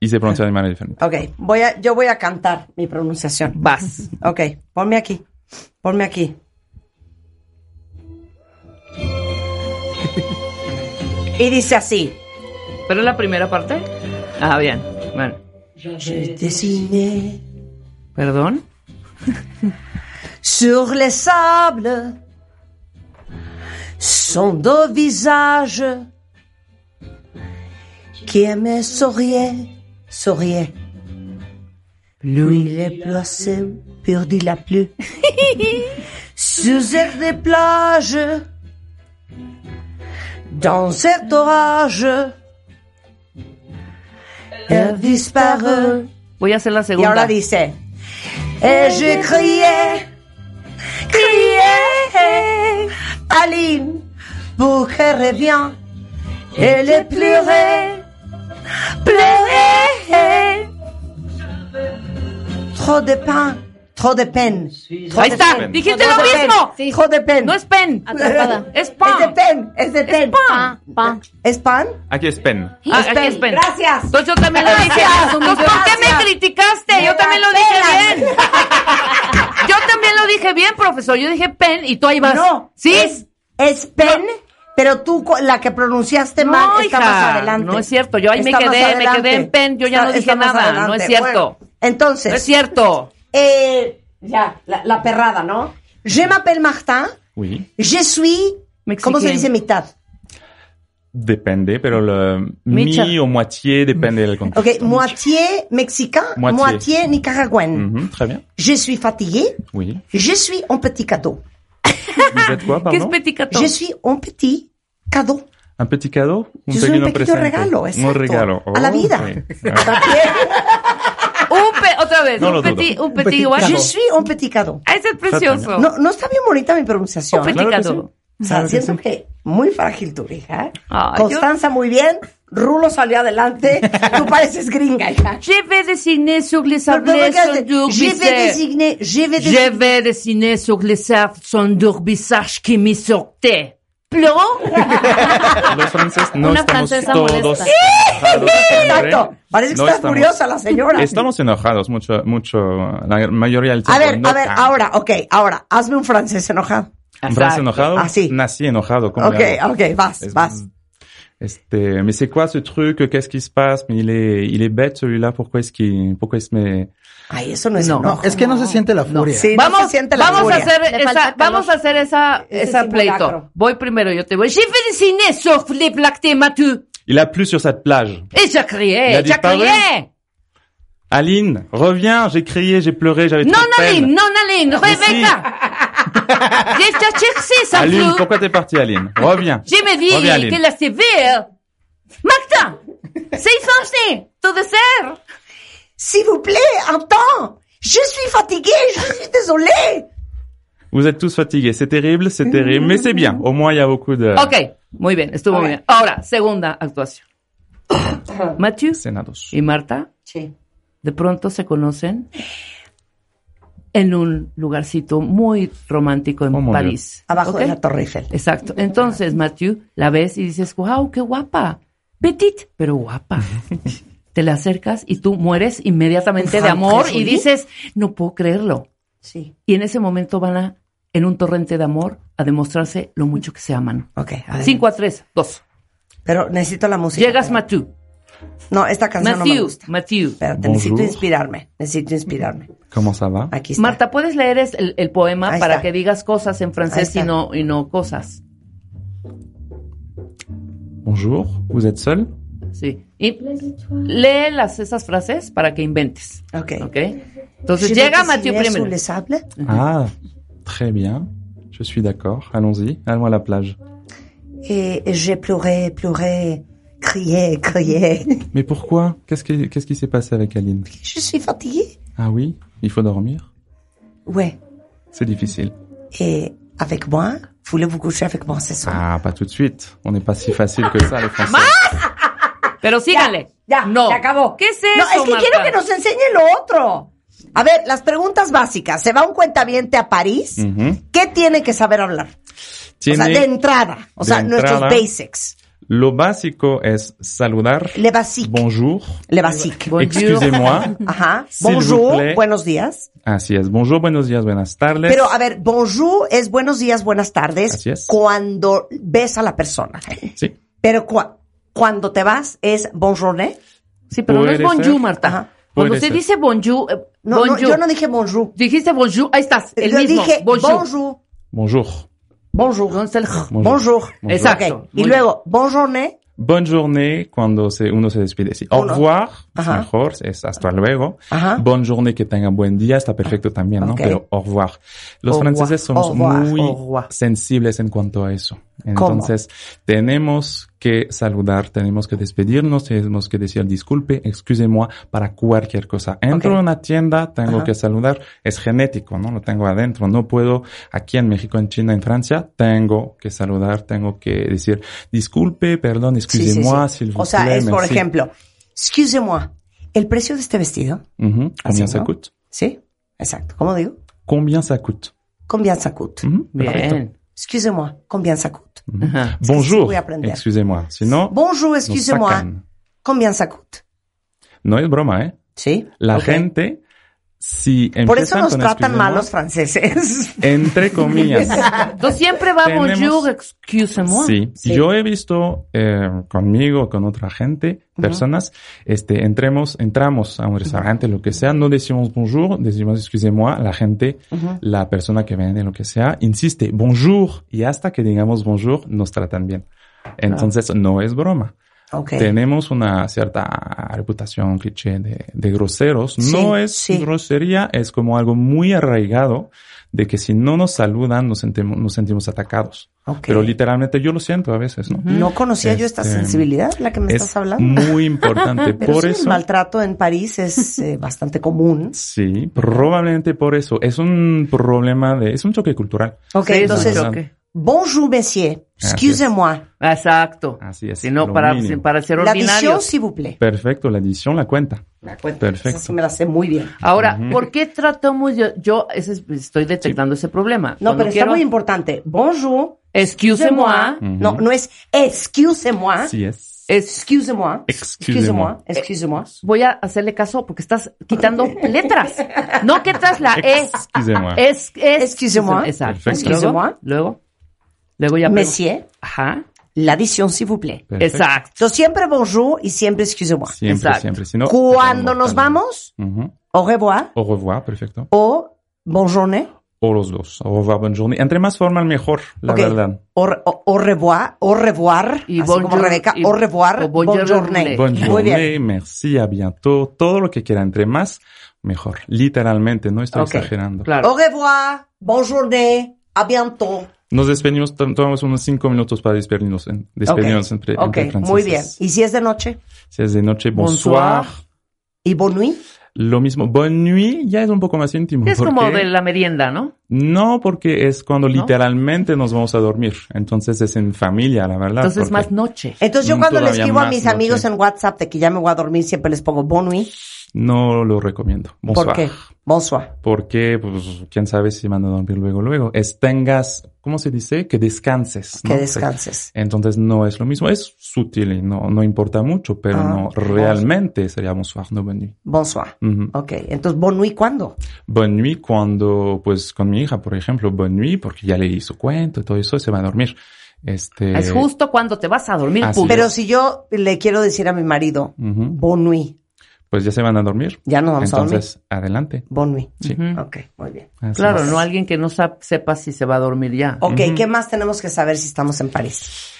Speaker 5: y se pronuncia de manera diferente.
Speaker 3: Ok, voy a, yo voy a cantar mi pronunciación.
Speaker 4: Vas.
Speaker 3: Ok, ponme aquí. Ponme aquí. Y dice así.
Speaker 4: ¿Pero es la primera parte? Ah, bien. Bueno.
Speaker 3: Je dessinais
Speaker 4: ¿Perdón?
Speaker 3: sur les sables son dos visage qui me souriait, souriait. Lui, il est placé, perdu la pluie. Sur cette plage, dans cet orage, elle disparaît.
Speaker 4: Voy a hacer la
Speaker 3: Y
Speaker 4: segunda.
Speaker 3: ahora dice, et je criais, criais, Aline, pour qu'elle revienne. Elle est pleurée, pleurée. Trop de pain, trop de peine. Trop
Speaker 4: Ahí
Speaker 3: de
Speaker 4: está,
Speaker 3: peine,
Speaker 4: dijiste
Speaker 3: trop
Speaker 4: lo
Speaker 3: de peine,
Speaker 4: mismo.
Speaker 8: Sí.
Speaker 3: Trop de peine.
Speaker 4: No es pen,
Speaker 8: Atrapada.
Speaker 4: es
Speaker 3: Es de
Speaker 4: pan.
Speaker 3: pen, es de pen.
Speaker 8: Pa, pa.
Speaker 3: ¿Es pan?
Speaker 5: Aquí es pen.
Speaker 4: Ah, aquí es pen.
Speaker 3: Gracias.
Speaker 4: Entonces yo también lo dije.
Speaker 3: Gracias.
Speaker 4: Entonces, ¿Por qué
Speaker 3: Gracias.
Speaker 4: me criticaste? Yo
Speaker 3: Me
Speaker 4: también lo
Speaker 3: la
Speaker 4: dije
Speaker 3: pelas.
Speaker 4: bien. Yo también lo dije bien, profesor. Yo dije pen y tú ahí vas.
Speaker 3: No,
Speaker 4: ¿Sí?
Speaker 3: es, es pen, pero tú co- la que pronunciaste
Speaker 4: No,
Speaker 3: mal está
Speaker 4: hija,
Speaker 3: más adelante.
Speaker 4: no es cierto, yo ahí me
Speaker 3: Está más
Speaker 4: quedé, me
Speaker 3: adelante.
Speaker 4: quedé en pen, yo ya no dije
Speaker 3: está más
Speaker 4: nada, no
Speaker 3: adelante.
Speaker 4: es cierto.
Speaker 3: Bueno, entonces,
Speaker 4: No es cierto.
Speaker 3: eh, ya, la, la perrada, ¿no? Je m'appelle Martin,
Speaker 5: Oui.
Speaker 3: je suis, ¿cómo se
Speaker 4: Mexicaine.
Speaker 3: dice mitad?
Speaker 5: Depende, pero le
Speaker 4: Micha.
Speaker 5: mi o moitié depende del
Speaker 3: Ok,
Speaker 5: contexto.
Speaker 3: moitié mexicain, moitié,
Speaker 5: Moitié.
Speaker 3: nicaragüen.
Speaker 5: Mhm, Très bien.
Speaker 3: Je suis fatigué,
Speaker 5: Oui.
Speaker 3: je suis un petit cadeau.
Speaker 5: Vous êtes quoi,
Speaker 4: ¿Qué es
Speaker 5: pardon
Speaker 4: peticato?
Speaker 3: Je suis un petit cadeau.
Speaker 5: Un petit cadeau Un
Speaker 3: Yo soy un
Speaker 5: pequeño
Speaker 3: pequeño
Speaker 5: presente.
Speaker 3: regalo, exacto.
Speaker 5: Un regalo.
Speaker 3: A la vida.
Speaker 5: ok. Ah,
Speaker 4: Un pe- otra vez,
Speaker 5: No
Speaker 4: un
Speaker 5: lo dudo.
Speaker 4: petit, un
Speaker 7: petit
Speaker 4: petit guacho.
Speaker 3: Je
Speaker 7: Cadeau.
Speaker 3: suis un petit cadeau.
Speaker 4: Ah, Ese es precioso.
Speaker 3: No, no está bien bonita mi pronunciación.
Speaker 4: Un
Speaker 3: ¿eh?
Speaker 4: petit
Speaker 5: Claro que sí.
Speaker 4: cadeau.
Speaker 3: O sea, siento que muy frágil tu hija. ¿eh?
Speaker 4: Ah,
Speaker 3: Constanza muy bien, Rulo salió adelante, tú pareces gringa hija.
Speaker 4: Je vais dessiner sur les
Speaker 3: No, no, no,
Speaker 4: sablés son
Speaker 3: quédate. Je vais
Speaker 4: d'Urbicé.
Speaker 3: désigner, je vais
Speaker 4: Je
Speaker 3: désigner.
Speaker 4: vais dessiner sur les sables son d'Urbissage qui me sortait. ¿Ploro?
Speaker 5: Los franceses no
Speaker 8: Una
Speaker 5: estamos
Speaker 8: francesa
Speaker 5: todos.
Speaker 8: molesta.
Speaker 5: enojados, hombre.
Speaker 3: Exacto, parece que
Speaker 5: No
Speaker 3: está
Speaker 5: estamos-
Speaker 3: furiosa la señora.
Speaker 5: Estamos enojados mucho, mucho, la mayoría del
Speaker 3: A
Speaker 5: tiempo.
Speaker 3: ver,
Speaker 5: no
Speaker 3: a ver,
Speaker 5: tanto.
Speaker 3: ahora, ok, ahora, hazme un francés enojado.
Speaker 5: ¿En France enojado?
Speaker 3: Ah, sí.
Speaker 5: Nací enojado. ¿cómo
Speaker 3: Ok,
Speaker 5: le hago?
Speaker 3: ok, vas,
Speaker 5: Es-
Speaker 3: vas.
Speaker 5: Este, mais c'est quoi ce truc? Qu'est-ce qui se passe? Mais il est, il est bête celui-là. Pourquoi est-ce qu'il, pourquoi est-ce mais
Speaker 3: Ay, eso no es
Speaker 4: No.
Speaker 7: No,
Speaker 3: enojo.
Speaker 7: es que no se siente la furia.
Speaker 3: Sí, no se
Speaker 4: Vamos,
Speaker 3: siente la
Speaker 4: vamos a
Speaker 3: furia.
Speaker 4: hacer
Speaker 8: Le falta
Speaker 4: esa,
Speaker 8: calor.
Speaker 4: vamos a hacer esa,
Speaker 3: Ese
Speaker 4: esa
Speaker 3: simulacro.
Speaker 4: pleito. Voy primero, yo te voy. Je vais dessiner sur les plaques matu.
Speaker 5: il a plu sur cette plage.
Speaker 4: Et j'ai
Speaker 5: Il
Speaker 4: crié,
Speaker 5: a
Speaker 4: j'ai
Speaker 5: disparu.
Speaker 4: crié.
Speaker 5: Aline, reviens. J'ai crié, j'ai pleuré, j'avais
Speaker 4: Non,
Speaker 5: trop de peine.
Speaker 4: Aline, non, Aline, Rebecca. J'ai cherché ça,
Speaker 5: Aline,
Speaker 4: flou.
Speaker 5: pourquoi t'es partie, Aline? Reviens.
Speaker 4: Je me
Speaker 5: Muy bien,
Speaker 4: dis
Speaker 5: Aline.
Speaker 4: que la sevère. Magda, c'est censé te dessert.
Speaker 3: S'il vous plaît, entends, je suis fatiguée, je suis désolée.
Speaker 5: Vous êtes tous fatigués. C'est terrible, c'est terrible, mais c'est bien. Au moins, il y a beaucoup de
Speaker 4: Ok, muy bien, estuvo muy bien. Ahora, segunda actuación. Mathieu
Speaker 5: Senados.
Speaker 4: y Marta
Speaker 3: Sí.
Speaker 4: de pronto se conocen en un lugarcito muy romántico en
Speaker 5: Oh, mon
Speaker 4: París.
Speaker 3: Abajo
Speaker 4: ¿ok?
Speaker 3: de la Torre Eiffel.
Speaker 4: Exacto. Entonces, Mathieu, la ves y dices, wow, qué guapa. Petit, pero guapa. Te la acercas y tú mueres inmediatamente de amor y dices, no puedo creerlo.
Speaker 3: Sí.
Speaker 4: Y en ese momento van a, en un torrente de amor, a demostrarse lo mucho que se aman.
Speaker 3: Ok, a ver.
Speaker 4: 5 a 3, 2.
Speaker 3: Pero necesito la música.
Speaker 4: Llegas, Mathieu.
Speaker 3: No, esta canción no me
Speaker 4: Mathieu,
Speaker 3: gusta.
Speaker 4: Mathieu.
Speaker 3: Espérate,
Speaker 5: Bonjour.
Speaker 3: necesito inspirarme. Necesito inspirarme.
Speaker 5: Comment ça va?
Speaker 3: Aquí está.
Speaker 4: Marta, ¿puedes leer es- el, el poema
Speaker 3: Ahí
Speaker 4: para
Speaker 3: está.
Speaker 4: que digas cosas en
Speaker 3: Ahí
Speaker 4: francés
Speaker 3: está.
Speaker 4: y no, y no cosas?
Speaker 5: Bonjour. Vous êtes seul?
Speaker 4: Sí. Y lee las, esas frases para que inventes.
Speaker 3: Ok.
Speaker 4: ¿Ok? Entonces llega Mathieu primero.
Speaker 3: ¿Les habla?
Speaker 5: Ah, très bien. Je suis d'accord. Allons-y. Allons à la plage.
Speaker 3: Et j'ai pleuré, pleuré, crié, crié.
Speaker 5: Mais pourquoi? Qu'est-ce qui, qu'est-ce qui s'est passé avec Aline?
Speaker 3: Je suis fatiguée.
Speaker 5: Ah oui? Il faut dormir?
Speaker 3: Ouais.
Speaker 5: C'est difficile.
Speaker 3: Et avec moi, voulez-vous coucher avec moi ce soir?
Speaker 5: Ah, pas tout de suite. On n'est pas si facile que ça, les Français.
Speaker 4: Pero sígale.
Speaker 3: Ya, ya,
Speaker 4: no.
Speaker 3: se acabó.
Speaker 4: ¿Qué es eso?
Speaker 3: No, es que
Speaker 4: Marta?
Speaker 3: quiero que nos enseñe lo otro. A ver, las preguntas básicas. Se va un cuentaviente a París.
Speaker 5: Mhm.
Speaker 3: ¿Qué tiene que saber hablar?
Speaker 5: Tiene-
Speaker 3: O sea, de entrada. O
Speaker 5: de
Speaker 3: sea, nuestros
Speaker 5: entrada.
Speaker 3: basics.
Speaker 5: Lo básico es saludar.
Speaker 3: Le basique.
Speaker 5: Bonjour.
Speaker 3: Le basique.
Speaker 4: Bonjour.
Speaker 5: Excusez-moi.
Speaker 3: Ajá.
Speaker 5: S'il vous
Speaker 3: Bonjour,
Speaker 5: plaît.
Speaker 3: buenos días.
Speaker 5: Así es. Bonjour, buenos días, buenas tardes.
Speaker 3: Pero a ver, bonjour es buenos días, buenas tardes.
Speaker 5: Así es.
Speaker 3: Cuando ves a la persona.
Speaker 5: Sí.
Speaker 3: Pero cua- cuando te vas es bonjourné.
Speaker 4: Sí, pero no es
Speaker 5: Puede
Speaker 4: bonjour,
Speaker 5: ser.
Speaker 4: Marta.
Speaker 3: Ajá.
Speaker 4: Cuando
Speaker 5: Puede
Speaker 4: se
Speaker 5: ser.
Speaker 4: dice bonjour, eh,
Speaker 3: No, no,
Speaker 4: bonjour.
Speaker 3: yo no dije bonjour.
Speaker 4: Dijiste bonjour, ahí estás, el
Speaker 3: yo
Speaker 4: mismo.
Speaker 3: dije bonjour.
Speaker 5: Bonjour.
Speaker 3: Bonjour.
Speaker 4: ¿Dónde está el j?
Speaker 3: Bonjour.
Speaker 5: Bonjour.
Speaker 4: Exacto.
Speaker 3: Ok.
Speaker 4: Muy
Speaker 3: Y luego, bonjourné.
Speaker 5: Bonne journée cuando se, uno se despide. Sí. Au
Speaker 3: Uno.
Speaker 5: revoir, es
Speaker 3: Ajá.
Speaker 5: mejor, es hasta luego.
Speaker 3: Ajá.
Speaker 5: Bonne journée, que tengan buen día, está perfecto también, ¿no?
Speaker 3: Ok.
Speaker 5: Pero au revoir. Los
Speaker 3: Au revoir,
Speaker 5: franceses somos
Speaker 3: au revoir,
Speaker 5: muy
Speaker 3: au revoir.
Speaker 5: sensibles en cuanto a eso.
Speaker 3: ¿Cómo?
Speaker 5: Entonces, tenemos que saludar, tenemos que despedirnos, tenemos que decir disculpe, excuse-moi para cualquier cosa. Entro
Speaker 3: Ok.
Speaker 5: a una tienda, tengo
Speaker 3: Ajá.
Speaker 5: que saludar, es genético, ¿no? Lo tengo adentro, no puedo, aquí en México, en China, en Francia, tengo que saludar, tengo que decir disculpe, perdón,
Speaker 3: Sí, sí,
Speaker 5: excusez-moi,
Speaker 3: sí.
Speaker 5: s'il vous
Speaker 3: O sea,
Speaker 5: plaît,
Speaker 3: es por
Speaker 5: merci.
Speaker 3: ejemplo, excusez-moi, el precio de este vestido,
Speaker 5: Ujú.
Speaker 3: Así,
Speaker 5: Mhm. Combien ça
Speaker 3: ¿no?
Speaker 5: coûte?
Speaker 3: ¿sí? Exacto. ¿Cómo digo?
Speaker 5: Combien ça coûte? Mhm.
Speaker 3: Combien ça coûte?
Speaker 5: Ujú, perfecto.
Speaker 4: Bien.
Speaker 3: Excusez-moi, combien ça coûte?
Speaker 4: Ajá.
Speaker 3: que sí
Speaker 5: Bonjour,
Speaker 3: voy a aprender.
Speaker 5: excusez-moi. Si no,
Speaker 3: Bonjour,
Speaker 5: nos
Speaker 3: excusez-moi,
Speaker 5: sacan.
Speaker 3: combien ça coûte?
Speaker 5: No es broma, ¿eh?
Speaker 3: ¿Sí?
Speaker 5: La
Speaker 3: Ok.
Speaker 5: gente, si
Speaker 3: Por eso
Speaker 5: empiezan
Speaker 3: nos
Speaker 5: con
Speaker 3: tratan mal
Speaker 5: excusez-moi,
Speaker 3: los franceses.
Speaker 5: Entre comillas.
Speaker 4: Entonces siempre va
Speaker 5: Tenemos-
Speaker 4: bonjour, excuse-moi.
Speaker 5: sí.
Speaker 3: Sí.
Speaker 5: Yo he visto eh, conmigo, con otra gente, personas, este, entremos, entramos a un restaurante, lo que sea, no decimos bonjour, decimos excusez-moi, la gente, la persona que vende, lo que sea, insiste bonjour y hasta que digamos bonjour nos tratan bien. Entonces no es broma.
Speaker 3: Ok.
Speaker 5: Tenemos una cierta reputación, cliché de, de groseros.
Speaker 3: Sí,
Speaker 5: no es
Speaker 3: sí.
Speaker 5: grosería, es como algo muy arraigado de que si no nos saludan nos sentimos, nos sentimos atacados.
Speaker 3: Ok.
Speaker 5: Pero literalmente yo lo siento a veces, ¿no?
Speaker 3: No conocía yo esta
Speaker 5: Este,
Speaker 3: sensibilidad, la que me
Speaker 5: es
Speaker 3: estás hablando.
Speaker 5: muy importante.
Speaker 3: Pero
Speaker 5: por
Speaker 3: sí, el
Speaker 5: eso.
Speaker 3: maltrato en París es eh, bastante común.
Speaker 5: Sí, probablemente por eso. Es un problema de, es un choque cultural.
Speaker 3: Ok,
Speaker 4: Sí,
Speaker 3: entonces,
Speaker 4: es un choque.
Speaker 3: bonjour, monsieur,
Speaker 5: Así es.
Speaker 3: excusez-moi,
Speaker 4: Exacto.
Speaker 5: Así es,
Speaker 4: Si no,
Speaker 5: lo
Speaker 4: para,
Speaker 5: mínimo.
Speaker 4: para ser
Speaker 3: la
Speaker 4: ordinario.
Speaker 3: visión, s'il vous plaît.
Speaker 5: Perfecto, la edición la cuenta.
Speaker 3: La cuenta.
Speaker 5: Perfecto.
Speaker 3: Esa sí me la sé muy bien.
Speaker 4: Ahora, ¿por qué tratamos yo, yo ese es- estoy detectando ese problema?
Speaker 3: No,
Speaker 4: Cuando
Speaker 3: pero está
Speaker 4: quiero-
Speaker 3: muy ¿ah?". importante. Bonjour,
Speaker 4: Excusez-moi.
Speaker 3: No, no es excusez-moi.
Speaker 5: Así es.
Speaker 3: Excusez-moi.
Speaker 5: Excusez-moi.
Speaker 3: Excusez-moi.
Speaker 4: Voy a hacerle caso porque estás quitando letras. No quitas la E.
Speaker 3: Ah,
Speaker 5: Excusez-moi.
Speaker 3: eh,
Speaker 4: Es, es,
Speaker 3: Excusez-moi.
Speaker 4: Exacto.
Speaker 5: Perfecto.
Speaker 4: Luego,
Speaker 3: Excusez-moi.
Speaker 4: luego, luego ya.
Speaker 3: Monsieur,
Speaker 4: Ajá.
Speaker 3: l'addition, s'il vous plaît.
Speaker 5: Perfecto.
Speaker 4: Exacto.
Speaker 3: Entonces, siempre bonjour y siempre excusez-moi.
Speaker 5: Siempre,
Speaker 4: Exacto.
Speaker 5: siempre. Si no,
Speaker 3: Cuando nos
Speaker 5: tal-
Speaker 3: vamos,
Speaker 5: Ujú.
Speaker 3: au revoir
Speaker 5: Au revoir, perfecto.
Speaker 3: o bonjourné.
Speaker 5: O los dos. Au revoir, bonne journée. Entre más formal, mejor, la
Speaker 3: Ok.
Speaker 5: verdad.
Speaker 3: Au, re- au- au revoir, au revoir,
Speaker 4: Y
Speaker 3: así
Speaker 4: bonjour-
Speaker 3: como Rebeca,
Speaker 4: y-
Speaker 3: au revoir,
Speaker 4: o bonjour-
Speaker 3: bonjourné.
Speaker 5: Bonne
Speaker 3: Eh, Muy bien.
Speaker 5: journée, merci, a bientôt. Todo lo que quiera. Entre más, mejor. Literalmente, no estoy
Speaker 3: Ok.
Speaker 5: exagerando.
Speaker 4: Claro.
Speaker 3: Au revoir, bonjourné, a bientôt.
Speaker 5: Nos despedimos, tom- tomamos unos cinco minutos para despedirnos. en- despedirnos entre,
Speaker 3: Ok,
Speaker 5: entre franceses.
Speaker 3: muy bien. ¿Y si es de noche?
Speaker 5: Si es de noche,
Speaker 4: Bonsoir.
Speaker 5: bonsoir.
Speaker 3: ¿Y bonne nuit?
Speaker 5: Lo mismo. Bonne nuit ya es un poco más íntimo.
Speaker 4: Es
Speaker 5: ¿Por
Speaker 4: como
Speaker 5: qué?
Speaker 4: de la merienda, ¿no?
Speaker 5: No, porque es cuando literalmente nos vamos a dormir. Entonces es en familia, la verdad.
Speaker 4: Entonces
Speaker 5: porque-
Speaker 4: más noche.
Speaker 3: Entonces yo
Speaker 5: Mm,
Speaker 3: cuando le
Speaker 5: todavía
Speaker 3: escribo a
Speaker 5: más
Speaker 3: mis
Speaker 5: noche.
Speaker 3: amigos en WhatsApp de que ya me voy a dormir, siempre les pongo bonne nuit.
Speaker 5: No lo recomiendo. Bonsoir.
Speaker 3: ¿Por qué? Bonsoir.
Speaker 5: Porque, pues, quién sabe si van a dormir luego, luego. Es tengas, ¿cómo se dice? Que descanses. ¿no?
Speaker 3: Que descanses.
Speaker 5: Entonces no es lo mismo. Es sutil y no, no importa mucho, pero
Speaker 3: Ah,
Speaker 5: no realmente sería bonsoir, no bonne nuit.
Speaker 3: Bonsoir.
Speaker 5: Ujú.
Speaker 3: Ok, entonces bonne nuit ¿cuándo?
Speaker 5: Bonne nuit cuando, pues, con mi hija, por ejemplo, bonne nuit, porque ya le hizo cuento y todo eso, se va a dormir. Este.
Speaker 4: Es justo cuando te vas a dormir.
Speaker 5: así
Speaker 4: punto.
Speaker 3: Pero si yo le quiero decir a mi marido,
Speaker 5: Ujú.
Speaker 3: bonne nuit,
Speaker 5: Pues ya se van a dormir.
Speaker 3: ya nos vamos a dormir.
Speaker 5: Entonces, adelante.
Speaker 3: Bonne nuit.
Speaker 5: Sí.
Speaker 4: Ujú.
Speaker 3: Ok, muy bien.
Speaker 5: Así
Speaker 4: Claro,
Speaker 5: es.
Speaker 4: no alguien que no sa- sepa si se va a dormir ya.
Speaker 3: Ok, ¿qué más tenemos que saber si estamos en París?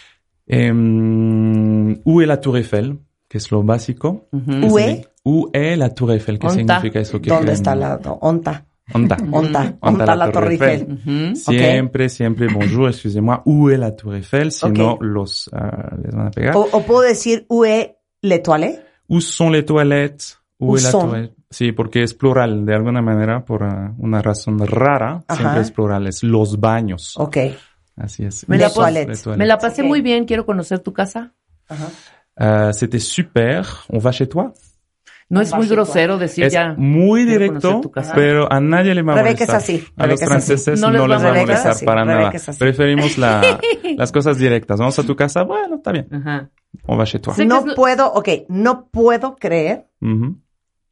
Speaker 5: Em, ¿Où est la Tour Eiffel? Que es lo básico.
Speaker 4: Ujú.
Speaker 3: ¿Où est?
Speaker 5: ¿Où est la Tour Eiffel? ¿Qué
Speaker 4: ¿Onta?
Speaker 5: significa eso? que
Speaker 3: ¿Dónde
Speaker 5: creen?
Speaker 3: está la no, onta?
Speaker 5: ¿Onta?
Speaker 4: Mm.
Speaker 3: Onta,
Speaker 5: Onta
Speaker 3: onta la Torre Eiffel.
Speaker 4: Ujú.
Speaker 5: Siempre, siempre, bonjour, excusez-moi, ¿où est la Tour Eiffel? Si
Speaker 3: Ok. Oh.
Speaker 5: no, los, ah, les van a pegar.
Speaker 3: O, o puedo decir où est le toilet?
Speaker 5: ¿Où sont les toilettes?
Speaker 3: Où
Speaker 5: est la
Speaker 3: sont?
Speaker 5: toilette? Sí, porque es plural, de alguna manera, por ah, una razón rara,
Speaker 3: Ajá.
Speaker 5: siempre es plural, es los baños.
Speaker 3: Ok.
Speaker 5: Así es.
Speaker 4: Me
Speaker 5: Où
Speaker 4: la
Speaker 5: sont
Speaker 4: pos-
Speaker 5: les
Speaker 3: Me
Speaker 5: toilettes?
Speaker 4: Me la pasé
Speaker 3: Ok.
Speaker 4: muy bien. Quiero conocer tu casa.
Speaker 3: Ajá.
Speaker 5: Ah, C'était super, on va chez toi?
Speaker 4: No es muy
Speaker 3: Básico.
Speaker 4: grosero decir
Speaker 5: es
Speaker 4: ya.
Speaker 5: muy
Speaker 4: quiero
Speaker 5: directo,
Speaker 4: conocer tu casa.
Speaker 5: pero a nadie le va a
Speaker 3: Rebeca es
Speaker 5: molestar.
Speaker 3: así,
Speaker 5: A los
Speaker 3: Rebeca es así.
Speaker 5: franceses
Speaker 4: No
Speaker 5: no
Speaker 4: les
Speaker 5: les
Speaker 4: va a
Speaker 5: va a
Speaker 4: molestar.
Speaker 5: molestar
Speaker 3: Rebeca es
Speaker 5: para
Speaker 3: así,
Speaker 5: nada.
Speaker 3: Rebeca es así.
Speaker 5: Preferimos la- las cosas directas. Vamos a tu casa, bueno, está bien.
Speaker 4: Ajá.
Speaker 5: O va chez toi.
Speaker 4: Sí. que
Speaker 3: no
Speaker 4: es lo-
Speaker 3: puedo, ok, no puedo creer
Speaker 5: Ujú.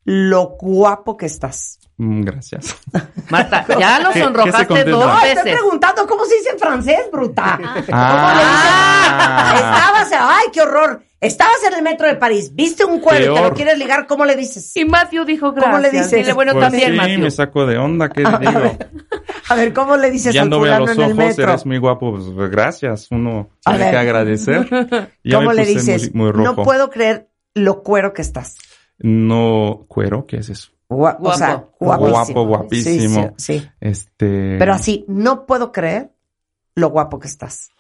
Speaker 3: lo guapo que estás.
Speaker 5: Mm, gracias.
Speaker 4: Marta, ya lo
Speaker 5: ¿Qué- qué se
Speaker 4: sonrojaste
Speaker 5: contesta?
Speaker 4: dos
Speaker 5: No,
Speaker 3: Ay, estoy
Speaker 4: veces.
Speaker 3: preguntando cómo se dice en francés, bruta.
Speaker 5: Ah.
Speaker 3: Estabas, ay, qué horror. Estabas en el metro de París, viste un cuero y te lo
Speaker 5: Peor.
Speaker 3: quieres ligar, ¿cómo le dices?
Speaker 4: Y Matthew dijo gracias.
Speaker 3: ¿Cómo le dices?
Speaker 4: Dile, bueno,
Speaker 5: Pues
Speaker 4: también,
Speaker 5: sí,
Speaker 4: Matthew.
Speaker 5: me saco de onda, ¿qué le digo?
Speaker 3: A ver, ¿cómo le dices
Speaker 5: ya
Speaker 3: al
Speaker 5: no veo a
Speaker 3: fulano
Speaker 5: los
Speaker 3: en el
Speaker 5: ojos,
Speaker 3: metro?
Speaker 5: eres muy guapo, pues gracias, uno
Speaker 3: A
Speaker 5: tiene
Speaker 3: ver.
Speaker 5: que agradecer. Ya
Speaker 3: ¿Cómo
Speaker 5: me
Speaker 3: le
Speaker 5: puse
Speaker 3: dices?
Speaker 5: Muy, muy rojo.
Speaker 3: no puedo creer lo cuero que estás.
Speaker 5: No, cuero, ¿qué es eso?
Speaker 3: Gua- O sea,
Speaker 5: Guapo,
Speaker 3: guapísimo.
Speaker 5: guapísimo.
Speaker 3: Sí, sí, sí.
Speaker 5: Este.
Speaker 3: Pero así, no puedo creer lo guapo que estás.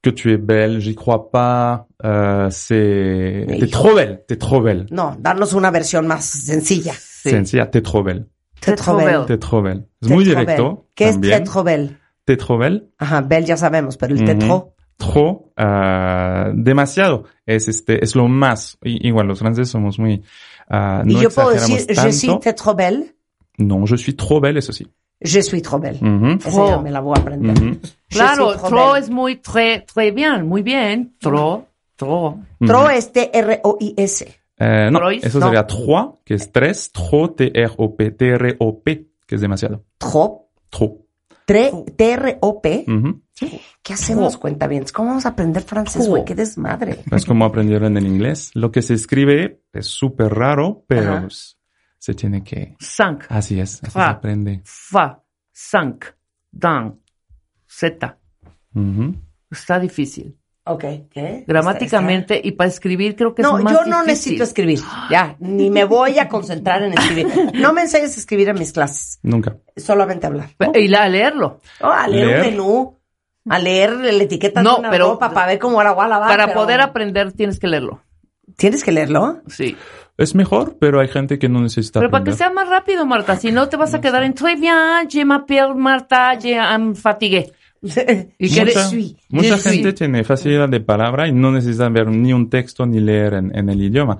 Speaker 5: Que tu es belle, j'y crois pas. euh, c'est.
Speaker 3: Mais
Speaker 5: T'es
Speaker 3: hijo.
Speaker 5: trop belle, t'es trop belle.
Speaker 3: No, darnos una versión más sencilla.
Speaker 4: Sí.
Speaker 5: Sencilla, t'es trop belle.
Speaker 3: Te
Speaker 4: Tetrobel.
Speaker 3: trobel.
Speaker 5: T'es trop belle. Es muy
Speaker 3: Tetrobel.
Speaker 5: directo.
Speaker 3: ¿Qué es
Speaker 5: también.
Speaker 3: tetrobel?
Speaker 5: T'es trop belle.
Speaker 3: Ajá, bel ya sabemos, pero el
Speaker 5: Ujú.
Speaker 3: tetro.
Speaker 5: Trop, ah, demasiado. Es este, es lo más. I- igual, los franceses somos muy, ah,
Speaker 3: y
Speaker 5: no
Speaker 3: yo puedo decir,
Speaker 5: exageramos
Speaker 3: je
Speaker 5: tanto.
Speaker 3: suis tetrobel,
Speaker 5: Non, je suis trop belle, eso sí.
Speaker 3: je suis trobel.
Speaker 5: Mhm,
Speaker 3: Esa ya
Speaker 4: Tro.
Speaker 3: me la voy a aprender.
Speaker 5: mhm,
Speaker 3: Je
Speaker 4: Claro,
Speaker 3: suis
Speaker 4: tro
Speaker 3: trobel.
Speaker 4: es muy, très, très bien, muy bien. Tro, tro.
Speaker 5: mhm.
Speaker 3: Tro es T-R-O-I-S.
Speaker 5: Eh, no,
Speaker 4: Trois,
Speaker 5: eso
Speaker 4: no.
Speaker 5: sería trois, que es tres, trop, T-R-O-P, T-R-O-P, que es demasiado.
Speaker 3: Trop.
Speaker 5: Trop. Mhm.
Speaker 3: tre- T-R-O-P.
Speaker 5: Ujú.
Speaker 3: ¿Qué hacemos, cuenta bien? ¿Cómo vamos a aprender francés, güey? ¡Qué desmadre!
Speaker 5: Es como aprendieron el inglés. Lo que se escribe es súper raro, pero
Speaker 3: Ajá.
Speaker 5: pues, se tiene que...
Speaker 4: Cinq,
Speaker 5: Así es, así se
Speaker 4: Ah.
Speaker 5: aprende.
Speaker 4: fa, cinq, dan, zeta.
Speaker 5: Ujú.
Speaker 4: Está difícil.
Speaker 3: Ok, ¿qué?
Speaker 4: Gramáticamente y para escribir creo que
Speaker 3: No,
Speaker 4: ¿eh?
Speaker 3: yo
Speaker 4: es más
Speaker 3: no
Speaker 4: difícil.
Speaker 3: necesito escribir. Ya, ni me voy a concentrar en escribir. No me enseñes a escribir en mis clases,
Speaker 5: Nunca.
Speaker 3: solamente hablar.
Speaker 4: Pe- Y la a leerlo.
Speaker 3: Oh, a leer,
Speaker 5: Leer.
Speaker 3: un menú, a leer la etiqueta
Speaker 4: No,
Speaker 3: de una
Speaker 4: pero-
Speaker 3: ropa para ver cómo era guala
Speaker 4: Para poder aprender tienes que leerlo.
Speaker 3: ¿Tienes que leerlo?
Speaker 4: Sí.
Speaker 5: Es mejor, pero hay gente que no necesita
Speaker 4: Pero para que
Speaker 5: aprender.
Speaker 4: sea más rápido, Marta. Si no, te vas a quedar en Ah, très bien, je m'appelle Marta, je am fatigué. Y que
Speaker 5: Mucha,
Speaker 4: eres-
Speaker 5: mucha
Speaker 4: Je suis.
Speaker 5: gente tiene facilidad de palabra y no necesitan ver ni un texto ni leer en, en el idioma.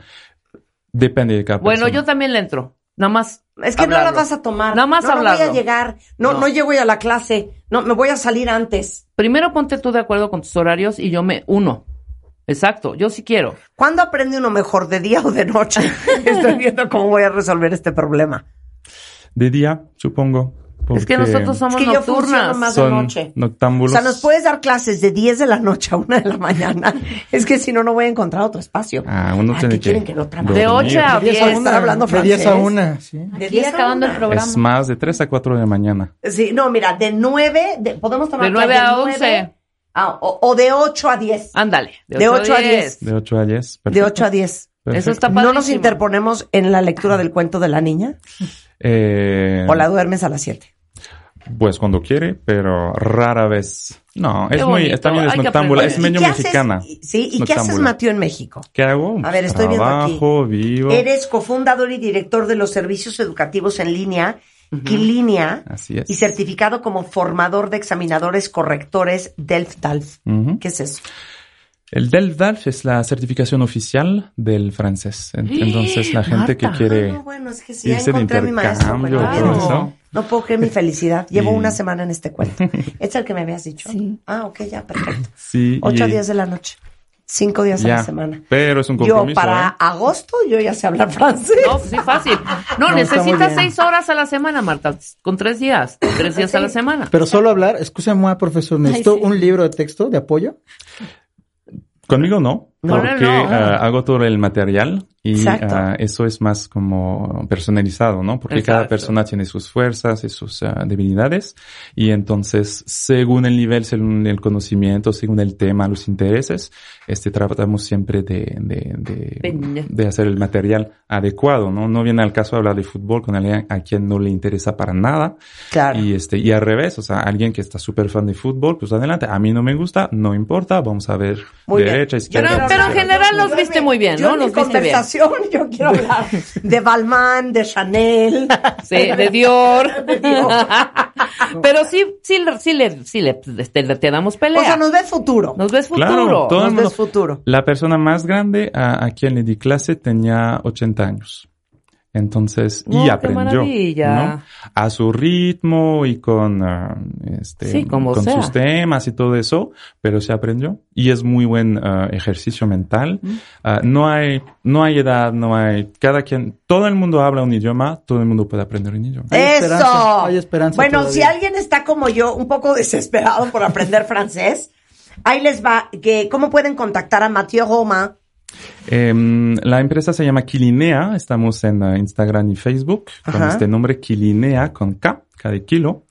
Speaker 5: Depende de cada
Speaker 4: Bueno, yo
Speaker 5: persona.
Speaker 4: también le entro. Nada más.
Speaker 3: Es que no la
Speaker 4: hablarlo.
Speaker 3: vas a tomar.
Speaker 4: Nada más
Speaker 3: no, no voy a
Speaker 4: hablarlo.
Speaker 3: llegar. No, no,
Speaker 4: No.
Speaker 3: llego ya a la clase. No, me voy a salir antes.
Speaker 4: Primero ponte tú de acuerdo con tus horarios y yo me uno. Exacto, yo sí quiero.
Speaker 3: ¿Cuándo aprende uno mejor, de día o de noche? Estoy viendo cómo voy a resolver este problema.
Speaker 5: De día, supongo.
Speaker 4: Es que
Speaker 5: porque
Speaker 4: nosotros somos
Speaker 3: Es que yo funciono
Speaker 4: nocturnas.
Speaker 3: más de
Speaker 5: son
Speaker 3: noche. O
Speaker 5: noctámbulos.
Speaker 3: sea, nos puedes dar clases de 10 de la noche a 1 de la mañana. Es que si no, no voy a encontrar otro espacio.
Speaker 5: Ah, uno
Speaker 3: Ah,
Speaker 5: tiene
Speaker 3: ¿qué
Speaker 5: que
Speaker 3: quieren que no trabaje?
Speaker 4: De
Speaker 5: dormir.
Speaker 4: ocho a
Speaker 7: De 10
Speaker 4: diez.
Speaker 7: a
Speaker 3: estar hablando
Speaker 7: una. De 10 a
Speaker 3: francés.
Speaker 7: una, sí.
Speaker 3: De
Speaker 8: Aquí
Speaker 3: 10 a
Speaker 8: acabando el
Speaker 3: una.
Speaker 8: programa.
Speaker 5: Es más de 3 a 4 de la mañana.
Speaker 3: Sí, no, mira, de 9, de- podemos tomar
Speaker 4: De nueve
Speaker 3: clases
Speaker 4: a
Speaker 3: nueve
Speaker 4: once. Ah,
Speaker 3: a- o, o de 8 a 10.
Speaker 4: Ándale.
Speaker 3: De
Speaker 4: ocho
Speaker 3: ocho a diez.
Speaker 5: De 8 a 10.
Speaker 3: de
Speaker 5: perfecto,
Speaker 3: 8 a 10.
Speaker 4: Eso
Speaker 5: perfecto.
Speaker 4: está
Speaker 3: ¿No
Speaker 4: padrísimo.
Speaker 3: nos interponemos en la lectura del cuento de la niña?
Speaker 5: Eh,
Speaker 3: ¿O la duermes a las 7?
Speaker 5: Pues cuando quiere, pero rara vez. No, es
Speaker 4: Qué
Speaker 5: muy,
Speaker 4: bonito,
Speaker 5: también es
Speaker 4: hay que
Speaker 5: noctámbula,
Speaker 4: aprender.
Speaker 5: es medio mexicana.
Speaker 3: Sí, ¿y qué haces,
Speaker 5: Noctámbula.
Speaker 3: Mateo, en México?
Speaker 5: ¿Qué hago?
Speaker 3: A ver, estoy viendo aquí.
Speaker 5: Trabajo, vivo.
Speaker 3: Eres cofundador y director de los servicios educativos en línea, Quilínea,
Speaker 5: Así es.
Speaker 3: y certificado como formador de examinadores correctores DELF-DALF.
Speaker 5: Ujú.
Speaker 3: ¿Qué es eso?
Speaker 5: El DELF-DALF es la certificación oficial del francés. En- Entonces, la gente que
Speaker 3: Ah,
Speaker 5: quiere
Speaker 3: no, bueno, es que sí, ya
Speaker 5: irse de
Speaker 3: encontré a mi maestro.
Speaker 5: intercambio,
Speaker 3: pero
Speaker 4: todo
Speaker 3: bueno.
Speaker 5: eso.
Speaker 3: No puedo creer mi felicidad. Llevo
Speaker 5: Y-
Speaker 3: una semana en este cuento. ¿Es el que me habías dicho?
Speaker 8: Sí.
Speaker 3: Ah, ok, ya, perfecto.
Speaker 5: Sí,
Speaker 3: Ocho
Speaker 5: y-
Speaker 3: días de la noche. Cinco días a
Speaker 5: ya.
Speaker 3: la semana.
Speaker 5: Pero es un
Speaker 3: Yo
Speaker 5: compromiso.
Speaker 3: para
Speaker 5: ¿eh?
Speaker 3: agosto, yo ya sé hablar francés.
Speaker 4: No, sí, fácil. No,
Speaker 7: No, está muy
Speaker 4: necesitas
Speaker 7: bien.
Speaker 4: seis horas a la semana, Marta. Con tres días. Tres días a la semana.
Speaker 7: Pero solo hablar, escúchame, profesor, necesito
Speaker 8: sí.
Speaker 7: un libro de texto de apoyo.
Speaker 5: Conmigo no,
Speaker 4: No, no,
Speaker 5: porque
Speaker 4: no.
Speaker 5: ah, hago todo el material y
Speaker 3: Exacto.
Speaker 5: ah, eso es más como personalizado, ¿no? Porque cada
Speaker 4: Exacto.
Speaker 5: persona tiene sus fuerzas y sus ah, debilidades y entonces según el nivel, según el conocimiento, según el tema, los intereses, este tratamos siempre de, de, de,
Speaker 4: Venga.
Speaker 5: de hacer el material adecuado, ¿no? No viene al caso hablar de fútbol con alguien a quien no le interesa para nada.
Speaker 3: Claro.
Speaker 5: Y este, y al revés, o sea, alguien que está súper fan de fútbol, pues adelante, a mí no me gusta, no importa, vamos a ver
Speaker 3: Muy bien.
Speaker 5: derecha, izquierda.
Speaker 4: Pero- pero en
Speaker 5: etcétera.
Speaker 4: general los
Speaker 3: Yo
Speaker 4: viste
Speaker 3: en mi-
Speaker 4: muy bien,
Speaker 3: yo
Speaker 4: ¿no?
Speaker 3: en
Speaker 4: Los
Speaker 3: mi
Speaker 4: viste bien.
Speaker 3: conversación, yo quiero hablar de Balmain, de Chanel.
Speaker 4: Sí, de Dior. Pero sí, sí, le- sí, le, sí le, te, te damos pelea.
Speaker 3: O sea, nos ve futuro.
Speaker 4: Nos ves futuro.
Speaker 5: Claro, todo el
Speaker 3: Nos
Speaker 5: mundo-
Speaker 3: ves futuro.
Speaker 5: La persona más grande a, a quien le di clase tenía 80 años. Entonces,
Speaker 4: Oh,
Speaker 5: y
Speaker 4: qué
Speaker 5: aprendió
Speaker 4: maravilla.
Speaker 5: ¿no? a su ritmo y con, ah, este,
Speaker 4: Sí, como
Speaker 5: con
Speaker 4: sea.
Speaker 5: sus temas y todo eso, pero se aprendió y es muy buen ah, ejercicio mental. Ah, no hay, no hay edad, no hay, cada quien, todo el mundo habla un idioma, todo el mundo puede aprender un idioma.
Speaker 7: Hay
Speaker 3: Eso.
Speaker 7: esperanza, hay esperanza
Speaker 3: bueno,
Speaker 7: todavía.
Speaker 3: si alguien está como yo, un poco desesperado por aprender francés, Ahí les va, que, ¿cómo pueden contactar a Mathieu Roma?
Speaker 5: Em, la empresa se llama Quilinea, estamos en eh, Instagram y Facebook con
Speaker 3: Ajá.
Speaker 5: este nombre Quilinea con K, K de kilo,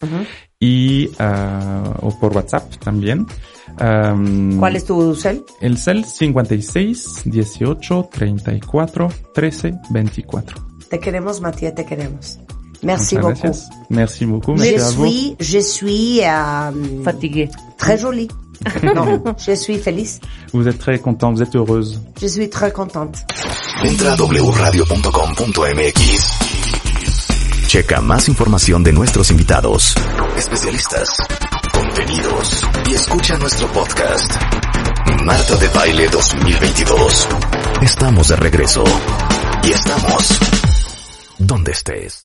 Speaker 5: y ah, o por WhatsApp también. Am,
Speaker 3: ¿Cuál es tu cel?
Speaker 5: El cel 56 18 34 13 24.
Speaker 3: Te queremos, Mathieu, te queremos. Merci
Speaker 5: Muchas
Speaker 3: beaucoup.
Speaker 5: gracias. Merci beaucoup.
Speaker 3: Je
Speaker 5: Merci à vous.
Speaker 3: suis, je suis euh,
Speaker 4: Fatigué.
Speaker 3: très jolie. Non, je suis feliz.
Speaker 5: Vous êtes très content, vous êtes heureuse.
Speaker 3: Je suis très contente.
Speaker 2: Entra a wradio.com.mx. Checa más información de nuestros invitados, especialistas, contenidos y escucha nuestro podcast. Marta de Baile 2022. Estamos de regreso. Y estamos donde estés.